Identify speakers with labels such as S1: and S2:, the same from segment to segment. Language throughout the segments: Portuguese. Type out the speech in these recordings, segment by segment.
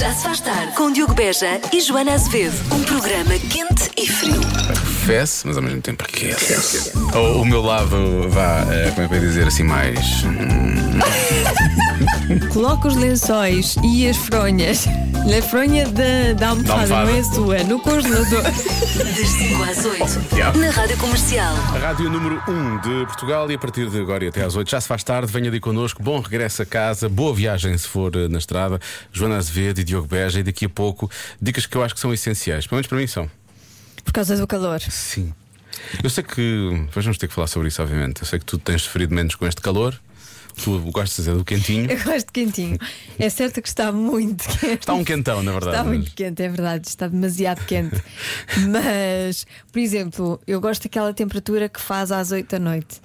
S1: Já se faz tarde com Diogo Beja e Joana Azevedo. Um programa quente e frio.
S2: Fesse, mas ao mesmo tempo aquece. O, o meu lado, vá, eh, como é que eu ia dizer assim, mais.
S3: Coloca os lençóis e as fronhas na fronha da, da almofada,
S2: Da almofada.
S3: não é sua, no congelador.
S1: Das 5 às 8.
S2: Yeah.
S1: Na rádio comercial.
S2: A rádio número 1 de Portugal e a partir de agora e até às 8 já se faz tarde. Venha de connosco, bom regresso a casa, boa viagem se for eh, na estrada. Joana Azevedo e Diogo Beja e daqui a pouco dicas que eu acho que são essenciais, pelo menos para mim são.
S3: Por causa do calor.
S2: Sim. Eu sei que. Depois vamos ter que falar sobre isso, obviamente. Eu sei que tu tens sofrido menos com este calor. Tu gostas é do quentinho.
S3: Eu gosto de quentinho. É certo que está muito quente.
S2: Está um quentão, na verdade.
S3: Está
S2: mas-
S3: muito quente, é verdade, está demasiado quente. Mas, por exemplo, eu gosto daquela temperatura que faz às 8 da noite.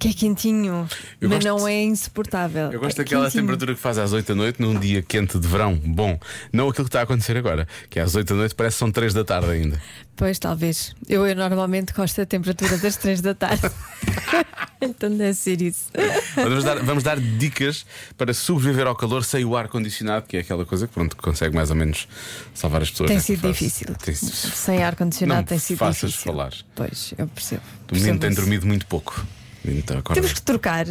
S3: Que é quentinho,
S2: Eu
S3: mas
S2: gosto-
S3: não é insuportável.
S2: Eu gosto
S3: É
S2: daquela
S3: quentinho.
S2: temperatura que faz às 8 da noite num dia quente de verão. Bom, não aquilo que está a acontecer agora, que às 8 da noite parece que são 3 da tarde ainda.
S3: Pois, talvez. Eu, eu normalmente gosto da temperatura das 3 da tarde. então deve ser isso.
S2: Vamos dar, vamos dar dicas para sobreviver ao calor sem o ar-condicionado, que é aquela coisa que pronto, consegue mais ou menos salvar as pessoas.
S3: Tem
S2: nesta
S3: sido
S2: fase.
S3: difícil.
S2: Tem sido-
S3: Sem ar-condicionado
S2: Não
S3: tem sido
S2: faças
S3: difícil.
S2: falar.
S3: Pois, eu percebo.
S2: O menino
S3: percebo
S2: tem
S3: isso.
S2: dormido muito pouco. O menino tá, está acordado.
S3: Temos que trocar.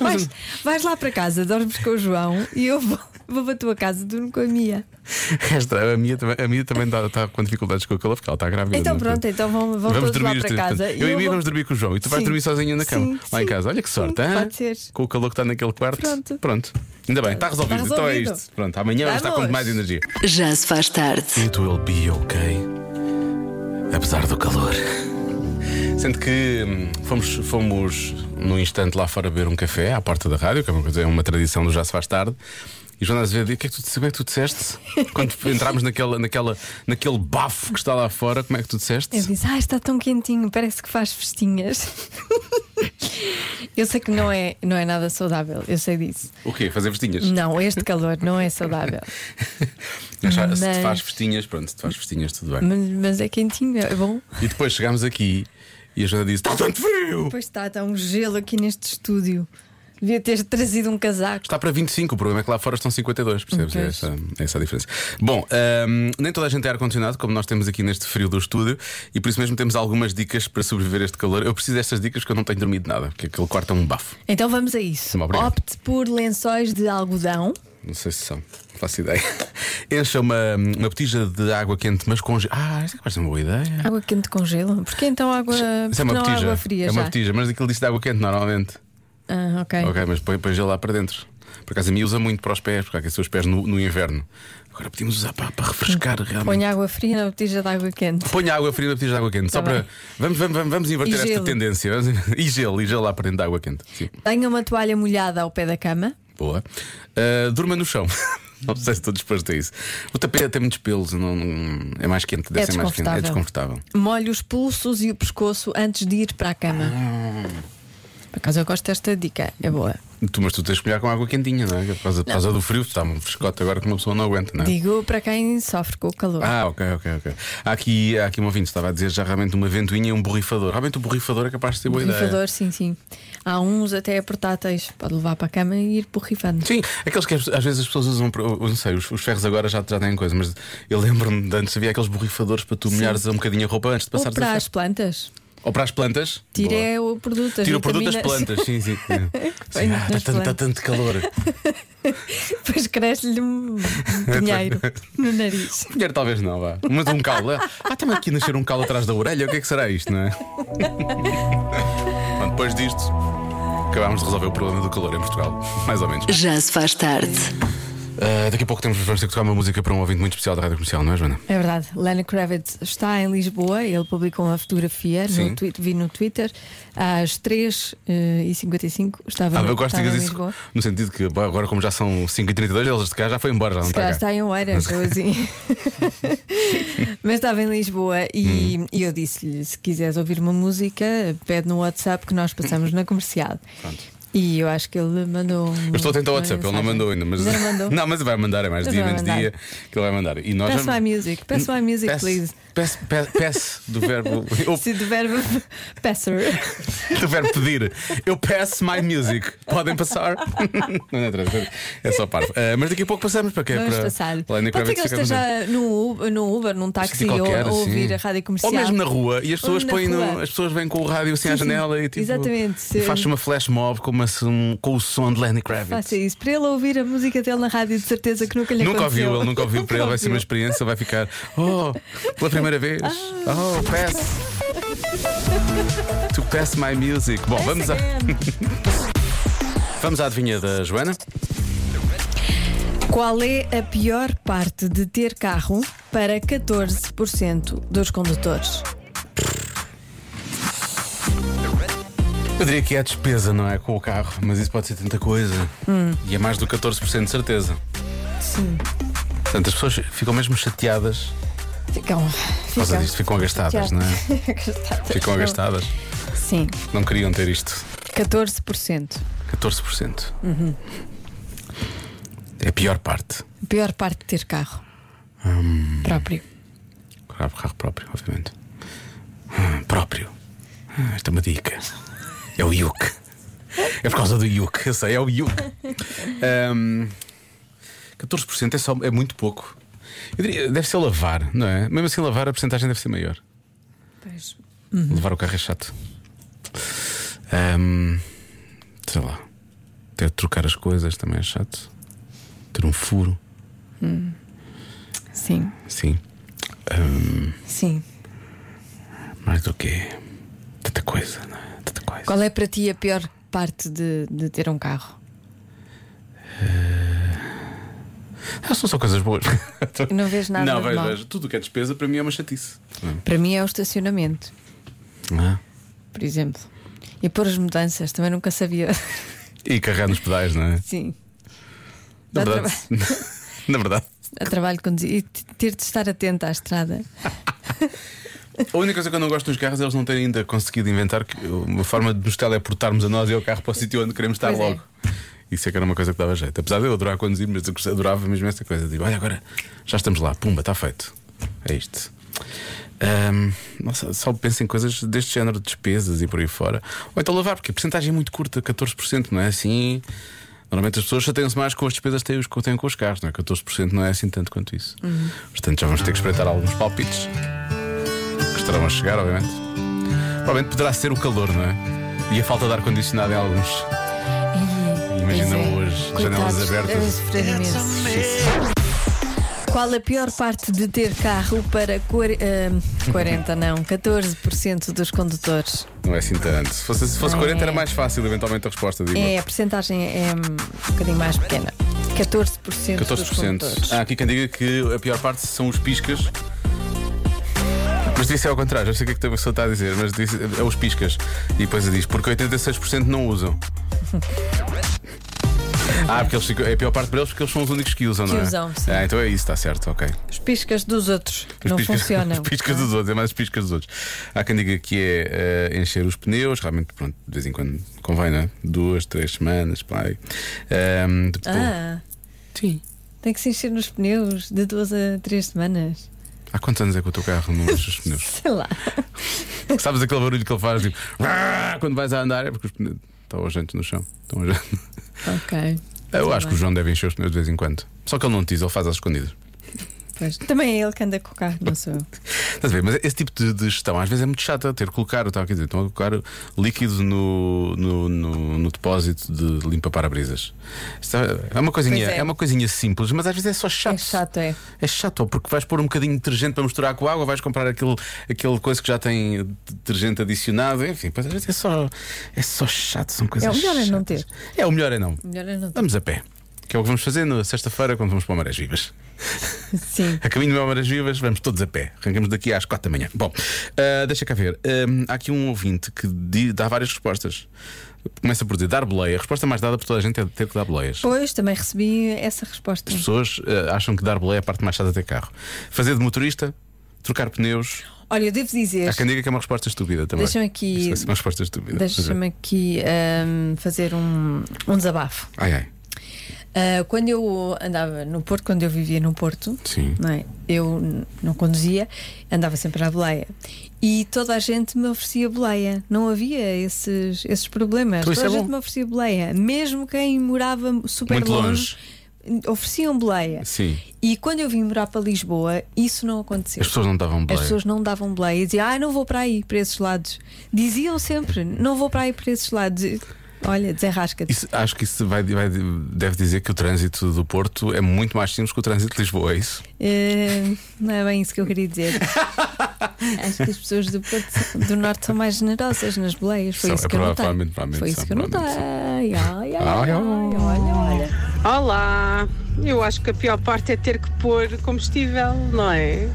S3: vais, vais lá para casa, dormes com o João e eu vou, vou para a tua casa, durmo com a minha.
S2: Esta, a minha, também- a minha também está, está com dificuldades com o calor, porque ela está grávida.
S3: Então
S2: não é?
S3: pronto, então vão, vão
S2: vamos
S3: todos lá
S2: dormir os
S3: para
S2: três.
S3: casa.
S2: Portanto, eu e a
S3: vou-
S2: minha vamos dormir com o João e tu vais
S3: Sim.
S2: dormir sozinha na cama,
S3: Sim,
S2: lá
S3: sim.
S2: em casa. Olha que sorte,
S3: Sim,
S2: hã?
S3: pode ser.
S2: Com o calor que está naquele quarto.
S3: Pronto.
S2: Ainda bem, está resolvido. Então é
S3: resolvido.
S2: isto. Pronto, amanhã vamos estar com
S3: Vamos.
S2: mais energia.
S1: Já se faz tarde.
S2: It will be okay. Apesar do calor. Sendo que hum, fomos, fomos num instante lá fora beber um café à porta da rádio, que é uma, coisa, é uma tradição do Já Se Faz Tarde. E Joana Azevedo, o que é que tu, como é que tu disseste? Quando entrámos naquela, naquela, naquele bafo que está lá fora, como é que tu disseste?
S3: Eu disse, ah, está tão quentinho, parece que faz festinhas. eu sei que não é, não é nada saudável, eu sei disso.
S2: O quê? Fazer vestinhas?
S3: Não, este calor não é saudável.
S2: Achar- Se te
S3: Mas-
S2: faz festinhas, pronto, se te faz festinhas, tudo bem.
S3: Mas, mas é quentinho, é bom.
S2: E depois chegámos aqui e a Joana disse: Está tanto frio!
S3: Pois está, está um gelo aqui neste estúdio. Devia ter trazido um casaco.
S2: Está para 25, o problema é que lá fora estão 52, percebes? É
S3: Pois.
S2: essa, é essa a diferença. Bom, hum, nem toda a gente tem ar-condicionado, como nós temos aqui neste frio do estúdio, e por isso mesmo temos algumas dicas para sobreviver a este calor. Eu preciso destas dicas porque eu não tenho dormido nada, porque aquele quarto é um bafo.
S3: Então vamos a isso.
S2: Sim, obrigado.
S3: Opte por lençóis de algodão.
S2: Não sei se são, não faço ideia. Encha uma, uma botija de água quente, mas com. ge- Ah, esta parece uma boa ideia.
S3: Água quente congela. Porque então água,
S2: Isso é
S3: porque
S2: uma
S3: não há
S2: botija.
S3: água fria
S2: é
S3: já?
S2: uma botija, mas aquilo disse de água quente normalmente.
S3: Ah, ok.
S2: Ok, mas põe, põe gelo lá para dentro. Por acaso a mim usa muito para os pés, porque há que ser os pés no, no inverno. Agora podíamos usar para, para refrescar realmente.
S3: Põe água fria na botija de água quente.
S2: Ponha água fria na botija de água quente. Só
S3: Tá
S2: para.
S3: bem.
S2: Vamos, vamos, vamos, vamos inverter
S3: E
S2: esta
S3: gelo.
S2: tendência. Vamos- E gelo, e gelo lá para dentro da água quente. Sim.
S3: Tenha uma toalha molhada ao pé da cama.
S2: Boa. Ah, durma no chão. Não sei se estou disposto a isso. O tapete tem muitos pelos, não, não- é mais quente, deve
S3: É
S2: ser mais quente. É
S3: desconfortável.
S2: desconfortável.
S3: Molhe os pulsos e o pescoço antes de ir para a cama.
S2: Ah.
S3: Por acaso eu gosto desta dica. É boa.
S2: Tu, mas tu tens que molhar com água quentinha, não é? Por causa, por causa do frio, está um frescote agora que uma pessoa não aguenta, não é?
S3: Digo para quem sofre com o calor.
S2: Ah, ok, ok, ok. Há aqui, há aqui um ouvinte, estava a dizer já realmente uma ventoinha e um borrifador. Realmente o borrifador é capaz de ser boa ideia.
S3: Borrifador, sim, sim. Há uns até portáteis, pode levar para a cama e ir borrifando.
S2: Sim, aqueles que as- às vezes as pessoas usam, para- eu não sei, os, os ferros agora já, já têm coisa, mas eu lembro-me de antes havia aqueles borrifadores para tu molhares um bocadinho a roupa antes de
S3: Ou
S2: passares
S3: para
S2: a
S3: as plantas.
S2: ferro. Ou para as plantas. Boa.
S3: Tire o produto, as
S2: Tira o produto das
S3: vitaminas.
S2: plantas, sim, sim. sim.
S3: Põe
S2: Sim, ah, está, tanto,
S3: nas
S2: está
S3: plantas.
S2: tanto calor.
S3: Depois cresce-lhe um pinheiro no nariz.
S2: Mulher, talvez não, vá. Mas um calo. Ah, também aqui nascer um calo atrás da orelha, o que é que será isto, não é? Bom, depois disto, acabámos de resolver o problema do calor em Portugal, mais ou menos.
S1: Já se faz tarde.
S2: Ah, daqui a pouco temos, vamos ter que tocar uma música para um ouvinte muito especial da rádio comercial, não é, Joana?
S3: É verdade, Lenny Kravitz está em Lisboa, ele publicou uma fotografia,
S2: Sim.
S3: no tweet, vi no Twitter, às eh, 3h55 estava,
S2: Ah,
S3: no-
S2: eu gosto de
S3: estava em
S2: dizer
S3: Lisboa.
S2: isso no sentido que bom, agora, como já são 5h32, eles de cá já foi embora, já não
S3: Se
S2: está
S3: calhar
S2: cá.
S3: está em Oeiras, ou assim. Mas estava em Lisboa e,
S2: Hum.
S3: e eu disse-lhe: se quiseres ouvir uma música, pede no WhatsApp que nós passamos na comercial. E eu acho que ele mandou. um-
S2: Eu estou atento ao
S3: uma
S2: WhatsApp, ele não
S3: mensagem.
S2: mandou ainda, mas.
S3: Ainda não mandou.
S2: Não, mas vai mandar, é mais
S3: Mas
S2: dia,
S3: vai
S2: menos
S3: mandar.
S2: dia que ele vai mandar. E nós
S3: Peço
S2: vamos-
S3: iMusic, peço iMusic,
S2: Peço-
S3: please.
S2: Peço, peço, peço do verbo. Eu
S3: Se do verbo passer.
S2: do verbo pedir. Eu peço my music. Podem passar. Não é trânsito, é só parvo. Eh, mas daqui a pouco passamos para quê?
S3: Vamos
S2: para
S3: passar.
S2: Lenny
S3: Pode ser que
S2: Kravitz
S3: ele
S2: fica contente.
S3: esteja num Uber, num, Uber, num táxi
S2: Sim,
S3: ou
S2: qualquer,
S3: a ouvir
S2: sim.
S3: a rádio comercial.
S2: Ou mesmo na rua e as
S3: Ou
S2: pessoas
S3: na
S2: põem no-
S3: rua.
S2: as pessoas vêm com o rádio assim à
S3: Sim, sim.
S2: janela e tipo
S3: Exatamente.
S2: faz uma flash mob com, uma, um, com o som de Lenny Kravitz.
S3: Faça isso. Para ele ouvir a música dele na rádio, de certeza que nunca lhe
S2: Nunca
S3: aconteceu.
S2: ouviu, ele nunca ouviu. Para ele vai ser uma
S3: ouviu.
S2: experiência, vai ficar oh, pela primeira vez.
S3: Ah."
S2: Oh, pass. To pass my music. Bom, vamos
S3: é.
S2: à, vamos à adivinha da Joana.
S3: Qual é a pior parte de ter carro para 14% dos condutores?
S2: Eu diria que é a despesa, não é? Com o carro, mas isso pode ser tanta coisa. E é mais do que 14% de certeza.
S3: Sim.
S2: Portanto, as pessoas ficam mesmo chateadas
S3: Ficam.
S2: por causa
S3: Ficam.
S2: disto, ficam agastadas, não é? Ficam agastadas.
S3: Sim.
S2: Não queriam ter isto.
S3: 14%.
S2: 14%. É a pior parte.
S3: A pior parte de ter carro.
S2: Hum.
S3: Próprio.
S2: Carro, carro próprio, obviamente. Ah, próprio. Ah, esta é uma dica. É o Yuk. É por causa do Yuk, eu sei, é o Yuk. Ahm, 14% é, só, é muito pouco. Eu diria, deve ser lavar, não é? Mesmo assim, lavar a porcentagem deve ser maior.
S3: Pois.
S2: Levar o carro é chato. Ahm, sei lá. Ter de trocar as coisas também é chato. Ter um furo,
S3: Sim.
S2: sim. Ahm,
S3: Sim.
S2: mais do que tanta coisa, não é? Tanta coisa.
S3: Qual é para ti a pior parte de, de ter um carro?
S2: Ah, são só coisas boas.
S3: Não vês nada
S2: Não,
S3: de
S2: vejo,
S3: mal.
S2: vejo. Tudo o que é despesa para mim é uma chatice.
S3: Para mim é o estacionamento,
S2: é?
S3: por exemplo. E pôr as mudanças, também nunca sabia.
S2: E carregar nos pedais, não é?
S3: Sim.
S2: Na
S3: Dá
S2: verdade. Na verdade.
S3: A trabalho de conduzir e t- ter de estar atento à estrada.
S2: A única coisa que eu não gosto nos carros é eles não terem ainda conseguido inventar que- uma forma de nos teleportarmos a nós e ao carro para o sítio onde queremos estar
S3: Pois é.
S2: logo. Isso é que era uma coisa que dava jeito. Apesar de eu adorar conduzir, mas eu adorava mesmo essa coisa. Digo, olha, agora já estamos lá, pumba, está feito. É isto. Ahm, nossa, só penso em coisas deste género de despesas e por aí fora. Ou então lavar, porque a porcentagem é muito curta, 14%, não é assim? Normalmente as pessoas chateiam-se mais com as despesas que têm os- que têm com os carros, não é? 14% não é assim tanto quanto isso.
S3: Uhum.
S2: Portanto, já vamos ter que espreitar alguns palpites que estarão a chegar, obviamente. Provavelmente poderá ser o calor, não é? E a falta de ar-condicionado em alguns. Imagina
S3: é.
S2: hoje, janelas abertas.
S3: deve sofrer imenso. Qual a pior parte de ter carro para quar- ahm, 40, não, 14% dos condutores?
S2: Não é assim tanto. Se fosse, se fosse
S3: Não
S2: 40
S3: é.
S2: era mais fácil, eventualmente, a resposta, digo.
S3: É, a porcentagem é hum, um bocadinho mais pequena. 14%, dos
S2: 14%.
S3: condutores.
S2: Há Ah, aqui quem diga que a pior parte são os piscas. Mas disse ao contrário, eu sei o que é que a pessoa está a dizer, mas disse é os piscas. E depois diz, porque 86% não usam. Ah, porque eles ficam- é a pior parte para eles porque eles são os únicos que usam,
S3: Que
S2: não é?
S3: usam, sim.
S2: Ah, então é isso, está certo, ok.
S3: Os piscas dos outros que
S2: Os
S3: não
S2: piscas-
S3: funcionam.
S2: Os piscas dos outros, é mais os piscas dos outros. Há quem diga que é eh, encher os pneus, realmente, pronto, de vez em quando convém, não é? Duas, três semanas, pai. Ahm, depois-
S3: Ah,
S2: Sim.
S3: tem que se encher nos pneus de duas a três semanas.
S2: Há quantos anos é que o teu carro não enche os pneus?
S3: Sei lá.
S2: Sabes aquele barulho que ele faz tipo "Rá", quando vais a andar? É porque os pneus estão gente no chão. Estão a gente.
S3: Ok.
S2: Eu
S3: Tá
S2: acho que
S3: bem.
S2: o João deve encher os pneus de vez em quando. Só que ele não te diz, ele faz às escondidas.
S3: Pois. Também é ele que anda com o carro, não sou eu.
S2: Estás a ver? Mas esse tipo de, de gestão às vezes é muito chata ter que colocar, eu estava aqui a dizer, estão a colocar líquido no, no, no- no depósito de limpa-parabrisas. Isto É é uma, coisinha,
S3: Pois
S2: é.
S3: é.
S2: uma coisinha simples, mas às vezes é só chato.
S3: É chato, é.
S2: É chato, porque vais pôr um bocadinho de detergente para misturar com água, vais comprar aquele, aquele coisa que já tem detergente adicionado, enfim, pois às vezes é só, é só chato, são coisas
S3: É, o melhor é não
S2: chatas. É o melhor é não.
S3: Melhor eu não.
S2: Vamos a pé, que é o que vamos fazer na sexta-feira quando vamos para o Marés Vivas.
S3: Sim.
S2: A caminho de Marés Vivas, vamos todos a pé. Arrancamos daqui às quatro da manhã. Bom, ah, deixa cá ver. Ah, há aqui um ouvinte que di- dá várias respostas. Começa por dizer dar boleia. A resposta mais dada por toda a gente é ter que dar boleias.
S3: Pois, também recebi essa resposta.
S2: As pessoas eh, acham que dar boleia é a parte mais chata de ter carro. Fazer de motorista, trocar pneus,
S3: Olha, eu devo dizer.
S2: Há quem diga que é uma resposta estúpida também.
S3: Deixa-me aqui-
S2: Isto vai ser uma resposta estúpida.
S3: Deixa-me aqui ahm, fazer um, um desabafo.
S2: Ai, ai.
S3: Ah, quando eu andava no Porto, quando eu vivia no Porto,
S2: Sim.
S3: não é? eu n- não conduzia, andava sempre à boleia. E toda a gente me oferecia boleia. Não havia esses, esses problemas.
S2: Então isso
S3: toda a
S2: é
S3: gente
S2: bom.
S3: me oferecia boleia. Mesmo quem morava super
S2: Muito longe.
S3: ofereciam boleia.
S2: Sim.
S3: E quando eu vim morar para Lisboa, isso não aconteceu.
S2: As pessoas não davam
S3: As
S2: boleia.
S3: pessoas não davam boleia e diziam, ah, não vou para aí, para esses lados. Diziam sempre, não vou para aí, para esses lados. E, Olha, desenrasca-te.
S2: Isso- acho que isso vai, vai- deve dizer que o trânsito do Porto é muito mais simples que o trânsito de Lisboa, é isso?
S3: Eh, não é bem isso que eu queria dizer. Acho que as pessoas do, Porto- do Norte são mais generosas nas boleias. Foi
S2: São,
S3: isso
S2: é
S3: que eu notei.
S2: provavelmente, provavelmente
S3: Foi isso
S2: são,
S3: que eu notei. Ai,
S2: Ai,
S3: ai,
S2: ai.
S3: ai, olha, olha.
S4: Olá! Eu acho que a pior parte é ter que pôr combustível, não é?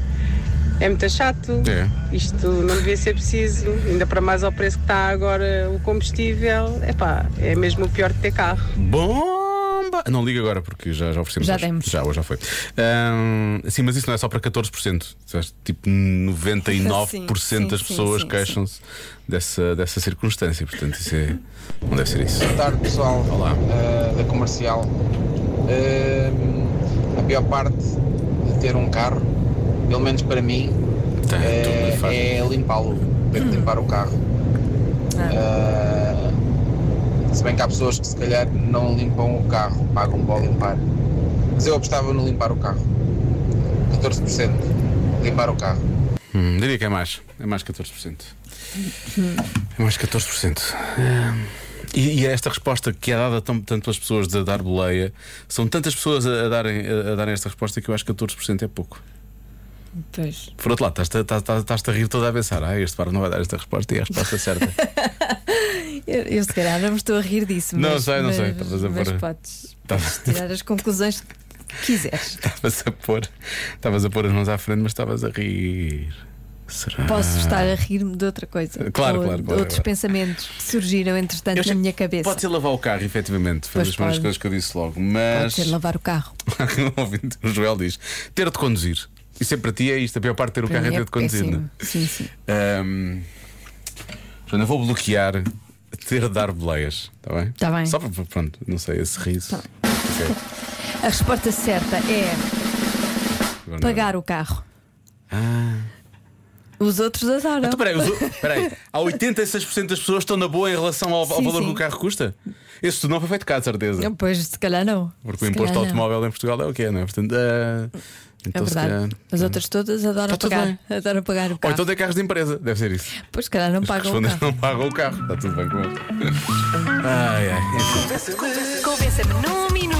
S4: É muito chato.
S2: É.
S4: Isto não devia ser preciso, ainda para mais ao preço que está agora o combustível. Epá, é mesmo o pior de ter carro.
S2: Bomba! Não liga agora porque já, já oferecemos.
S3: Já
S2: hoje.
S3: demos.
S2: Já, hoje já foi. Ahm, sim, mas isso não é só para 14%. Sabes? Tipo, 99%
S3: Sim, sim,
S2: das
S3: sim,
S2: pessoas
S3: sim,
S2: queixam-se dessa, dessa circunstância. Portanto, isso é. Não deve ser isso.
S5: Boa tarde, pessoal
S2: Olá.
S5: eh, da comercial. Eh, a pior parte de ter um carro, pelo menos para mim,
S2: Tá, tudo bem,
S5: eh,
S2: faz.
S5: é, limpá-lo, ter que limpar o carro. Eh, se bem que há pessoas que se calhar não limpam o carro, pagam para o limpar. Mas eu apostava no limpar o carro. 14% limpar o carro.
S2: Hum, diria que é mais. É mais 14%. É mais 14%. Ahm, E, e esta resposta que é dada tão, tanto pelas pessoas de dar boleia, são tantas pessoas a, a darem, a, a darem esta resposta que eu acho que 14% é pouco.
S3: Pois.
S2: Por outro lado, estás-te a- estás- estás-te a rir toda a pensar, ah, este par não vai dar esta resposta e é a resposta certa.
S3: Eu, eu se calhar não me estou a rir disso, mas,
S2: Não sei, não
S3: mas,
S2: sei, estavas a
S3: mas
S2: pôr- Tá.
S3: podes,
S2: Estava-
S3: podes tirar as conclusões que quiseres.
S2: Estavas a pôr, estavas a pôr as mãos à frente, mas estavas a rir. Será?
S3: Posso estar a rir-me de outra coisa.
S2: Ah. Claro,
S3: ou
S2: claro,
S3: de
S2: claro.
S3: outros pensamentos que surgiram, entretanto,
S2: Eu achei-
S3: na minha cabeça.
S2: Pode ser lavar o carro, efetivamente. Foi uma
S3: Pois
S2: das primeiras
S3: pode.
S2: coisas que eu disse logo.
S3: Pode
S2: Mas
S3: ser lavar o carro.
S2: Um ouvinte, o Joel diz: ter de conduzir. Isso é para ti, é isto. A pior parte de ter o
S3: Para
S2: carro é
S3: mim
S2: ter de conduzir.
S3: péssimo.
S2: não
S3: assim. Sim, sim.
S2: é? Ahm, Joana, vou bloquear ter de dar boleias. Está bem?
S3: Tá bem.
S2: Só para, pronto, não sei, esse riso.
S3: Tá A resposta certa é
S2: Agora não.
S3: pagar o carro. Os outros adoram.
S2: Ah. Então, peraí, os, peraí, há 86% das pessoas estão na boa em relação ao, ao
S3: Sim,
S2: valor
S3: sim.
S2: que o carro custa? Esse não foi feito cá, de certeza.
S3: Não, Pois, se calhar não.
S2: Porque o
S3: Se
S2: imposto
S3: calhar não.
S2: automóvel em Portugal é o que é, não é? Portanto, ah,
S3: É
S2: então, se calhar-
S3: verdade. As outras todas adoram
S2: Está tudo
S3: pagar. Adoram pagar o
S2: Ou
S3: carro.
S2: então tem carros de empresa, deve ser isso.
S3: Pois, se calhar não
S2: Os que
S3: pagam o
S2: respondem
S3: carro.
S2: não pagam o carro. Está tudo bem com eles. Ai, ai. enfim.
S1: Convença-me num minuto.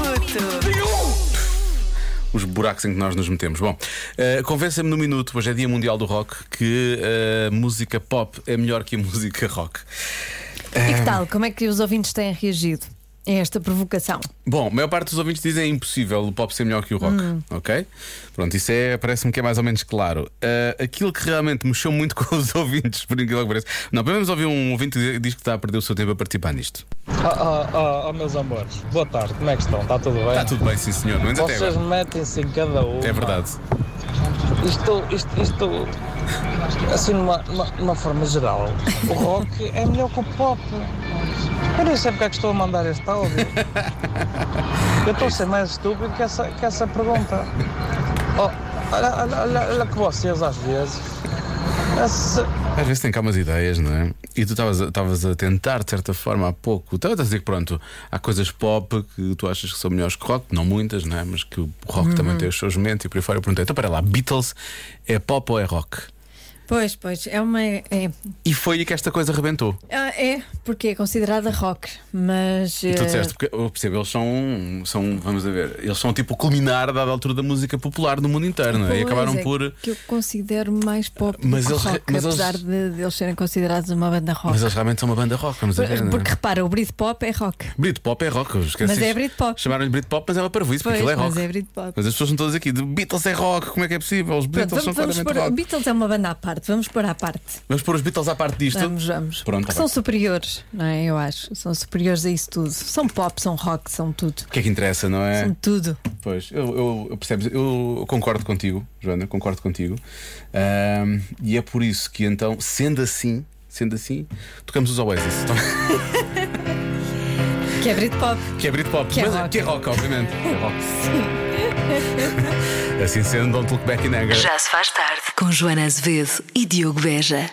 S2: Os buracos em que nós nos metemos. Bom, eh, convença-me no minuto, hoje é Dia Mundial do Rock, que a música pop é melhor que a música rock.
S3: E que tal? Como é que os ouvintes têm reagido a esta provocação?
S2: Bom, a maior parte dos ouvintes dizem é impossível o pop ser melhor que o rock, ok? Pronto, isso é, parece-me que é mais ou menos claro. Ah, aquilo que realmente mexeu muito com os ouvintes, por incrível que pareça. Não, primeiro vamos ouvir um ouvinte que diz que está a perder o seu tempo a participar nisto.
S6: Ah, ah, ah, ah, meus amores, boa tarde, como é que estão? Está tudo bem?
S2: Está tudo bem, sim senhor, mas até
S6: Vocês
S2: agora.
S6: metem-se em cada um.
S2: É verdade.
S6: Isto, isto, isto, assim, numa, numa, numa forma geral, o rock é melhor que o pop. Eu nem sei porque é que estou a mandar este áudio. Eu estou a ser mais estúpido que essa, que essa pergunta. Oh, olha, olha, olha, olha que vocês, às vezes, esse-
S2: Às vezes tem cá umas ideias, não é? E tu estavas a- estavas a tentar, de certa forma, há pouco. Estavas a dizer que, pronto, há coisas pop que tu achas que são melhores que rock, não muitas, não é? Mas que o rock também tem os seus momentos e por aí fora. Eu perguntei, então para lá, Beatles é pop ou é rock?
S3: Pois, pois, é uma. É,
S2: E foi aí que esta coisa rebentou.
S3: Ah, é porque é considerada rock, mas.
S2: E tu
S3: eh,
S2: disseste, porque eu percebo, eles são, são, vamos a ver, eles são tipo o culminar da altura da música popular no mundo inteiro, não é? E
S3: pois
S2: acabaram
S3: é
S2: por.
S3: que eu considero mais pop
S2: Mas
S3: do que
S2: eles-
S3: rock,
S2: mas eles-
S3: apesar de, de eles serem considerados uma banda rock.
S2: Mas eles realmente são uma banda rock, vamos a ver. não é?
S3: Porque repara, o Britpop é rock.
S2: Britpop é rock, eu esqueci.
S3: Mas é
S2: isso.
S3: Britpop.
S2: Chamaram-lhe Britpop, mas é uma parvoíce, porque
S3: Pois,
S2: aquilo é rock.
S3: mas é Britpop.
S2: Mas as pessoas estão todas aqui, de Beatles é rock, como é que é possível? Os
S3: Pronto,
S2: Beatles
S3: vamos,
S2: são
S3: vamos
S2: claramente
S3: pôr.
S2: rock.
S3: Beatles é uma banda à parte. parte, vamos pôr à parte.
S2: Vamos pôr os Beatles à parte disto.
S3: Vamos, vamos.
S2: Pronto,
S3: Porque
S2: tá
S3: são
S2: bem.
S3: superiores, não é? Eu acho. São superiores a isso tudo. São pop, são rock, são tudo.
S2: O que é que interessa, não é?
S3: São tudo.
S2: Pois, eu, eu, eu percebes, eu concordo contigo, Joana, concordo contigo. Ahm, e é por isso que então, sendo assim, sendo assim, tocamos os Oasis,
S3: Que é Britpop.
S2: que é Britpop,
S3: Que é
S2: mas
S3: rock.
S2: que é rock, obviamente. Que é rock. assim sendo, don't look back in anger.
S1: Já se faz tarde com Joana Azevedo e Diogo Beja.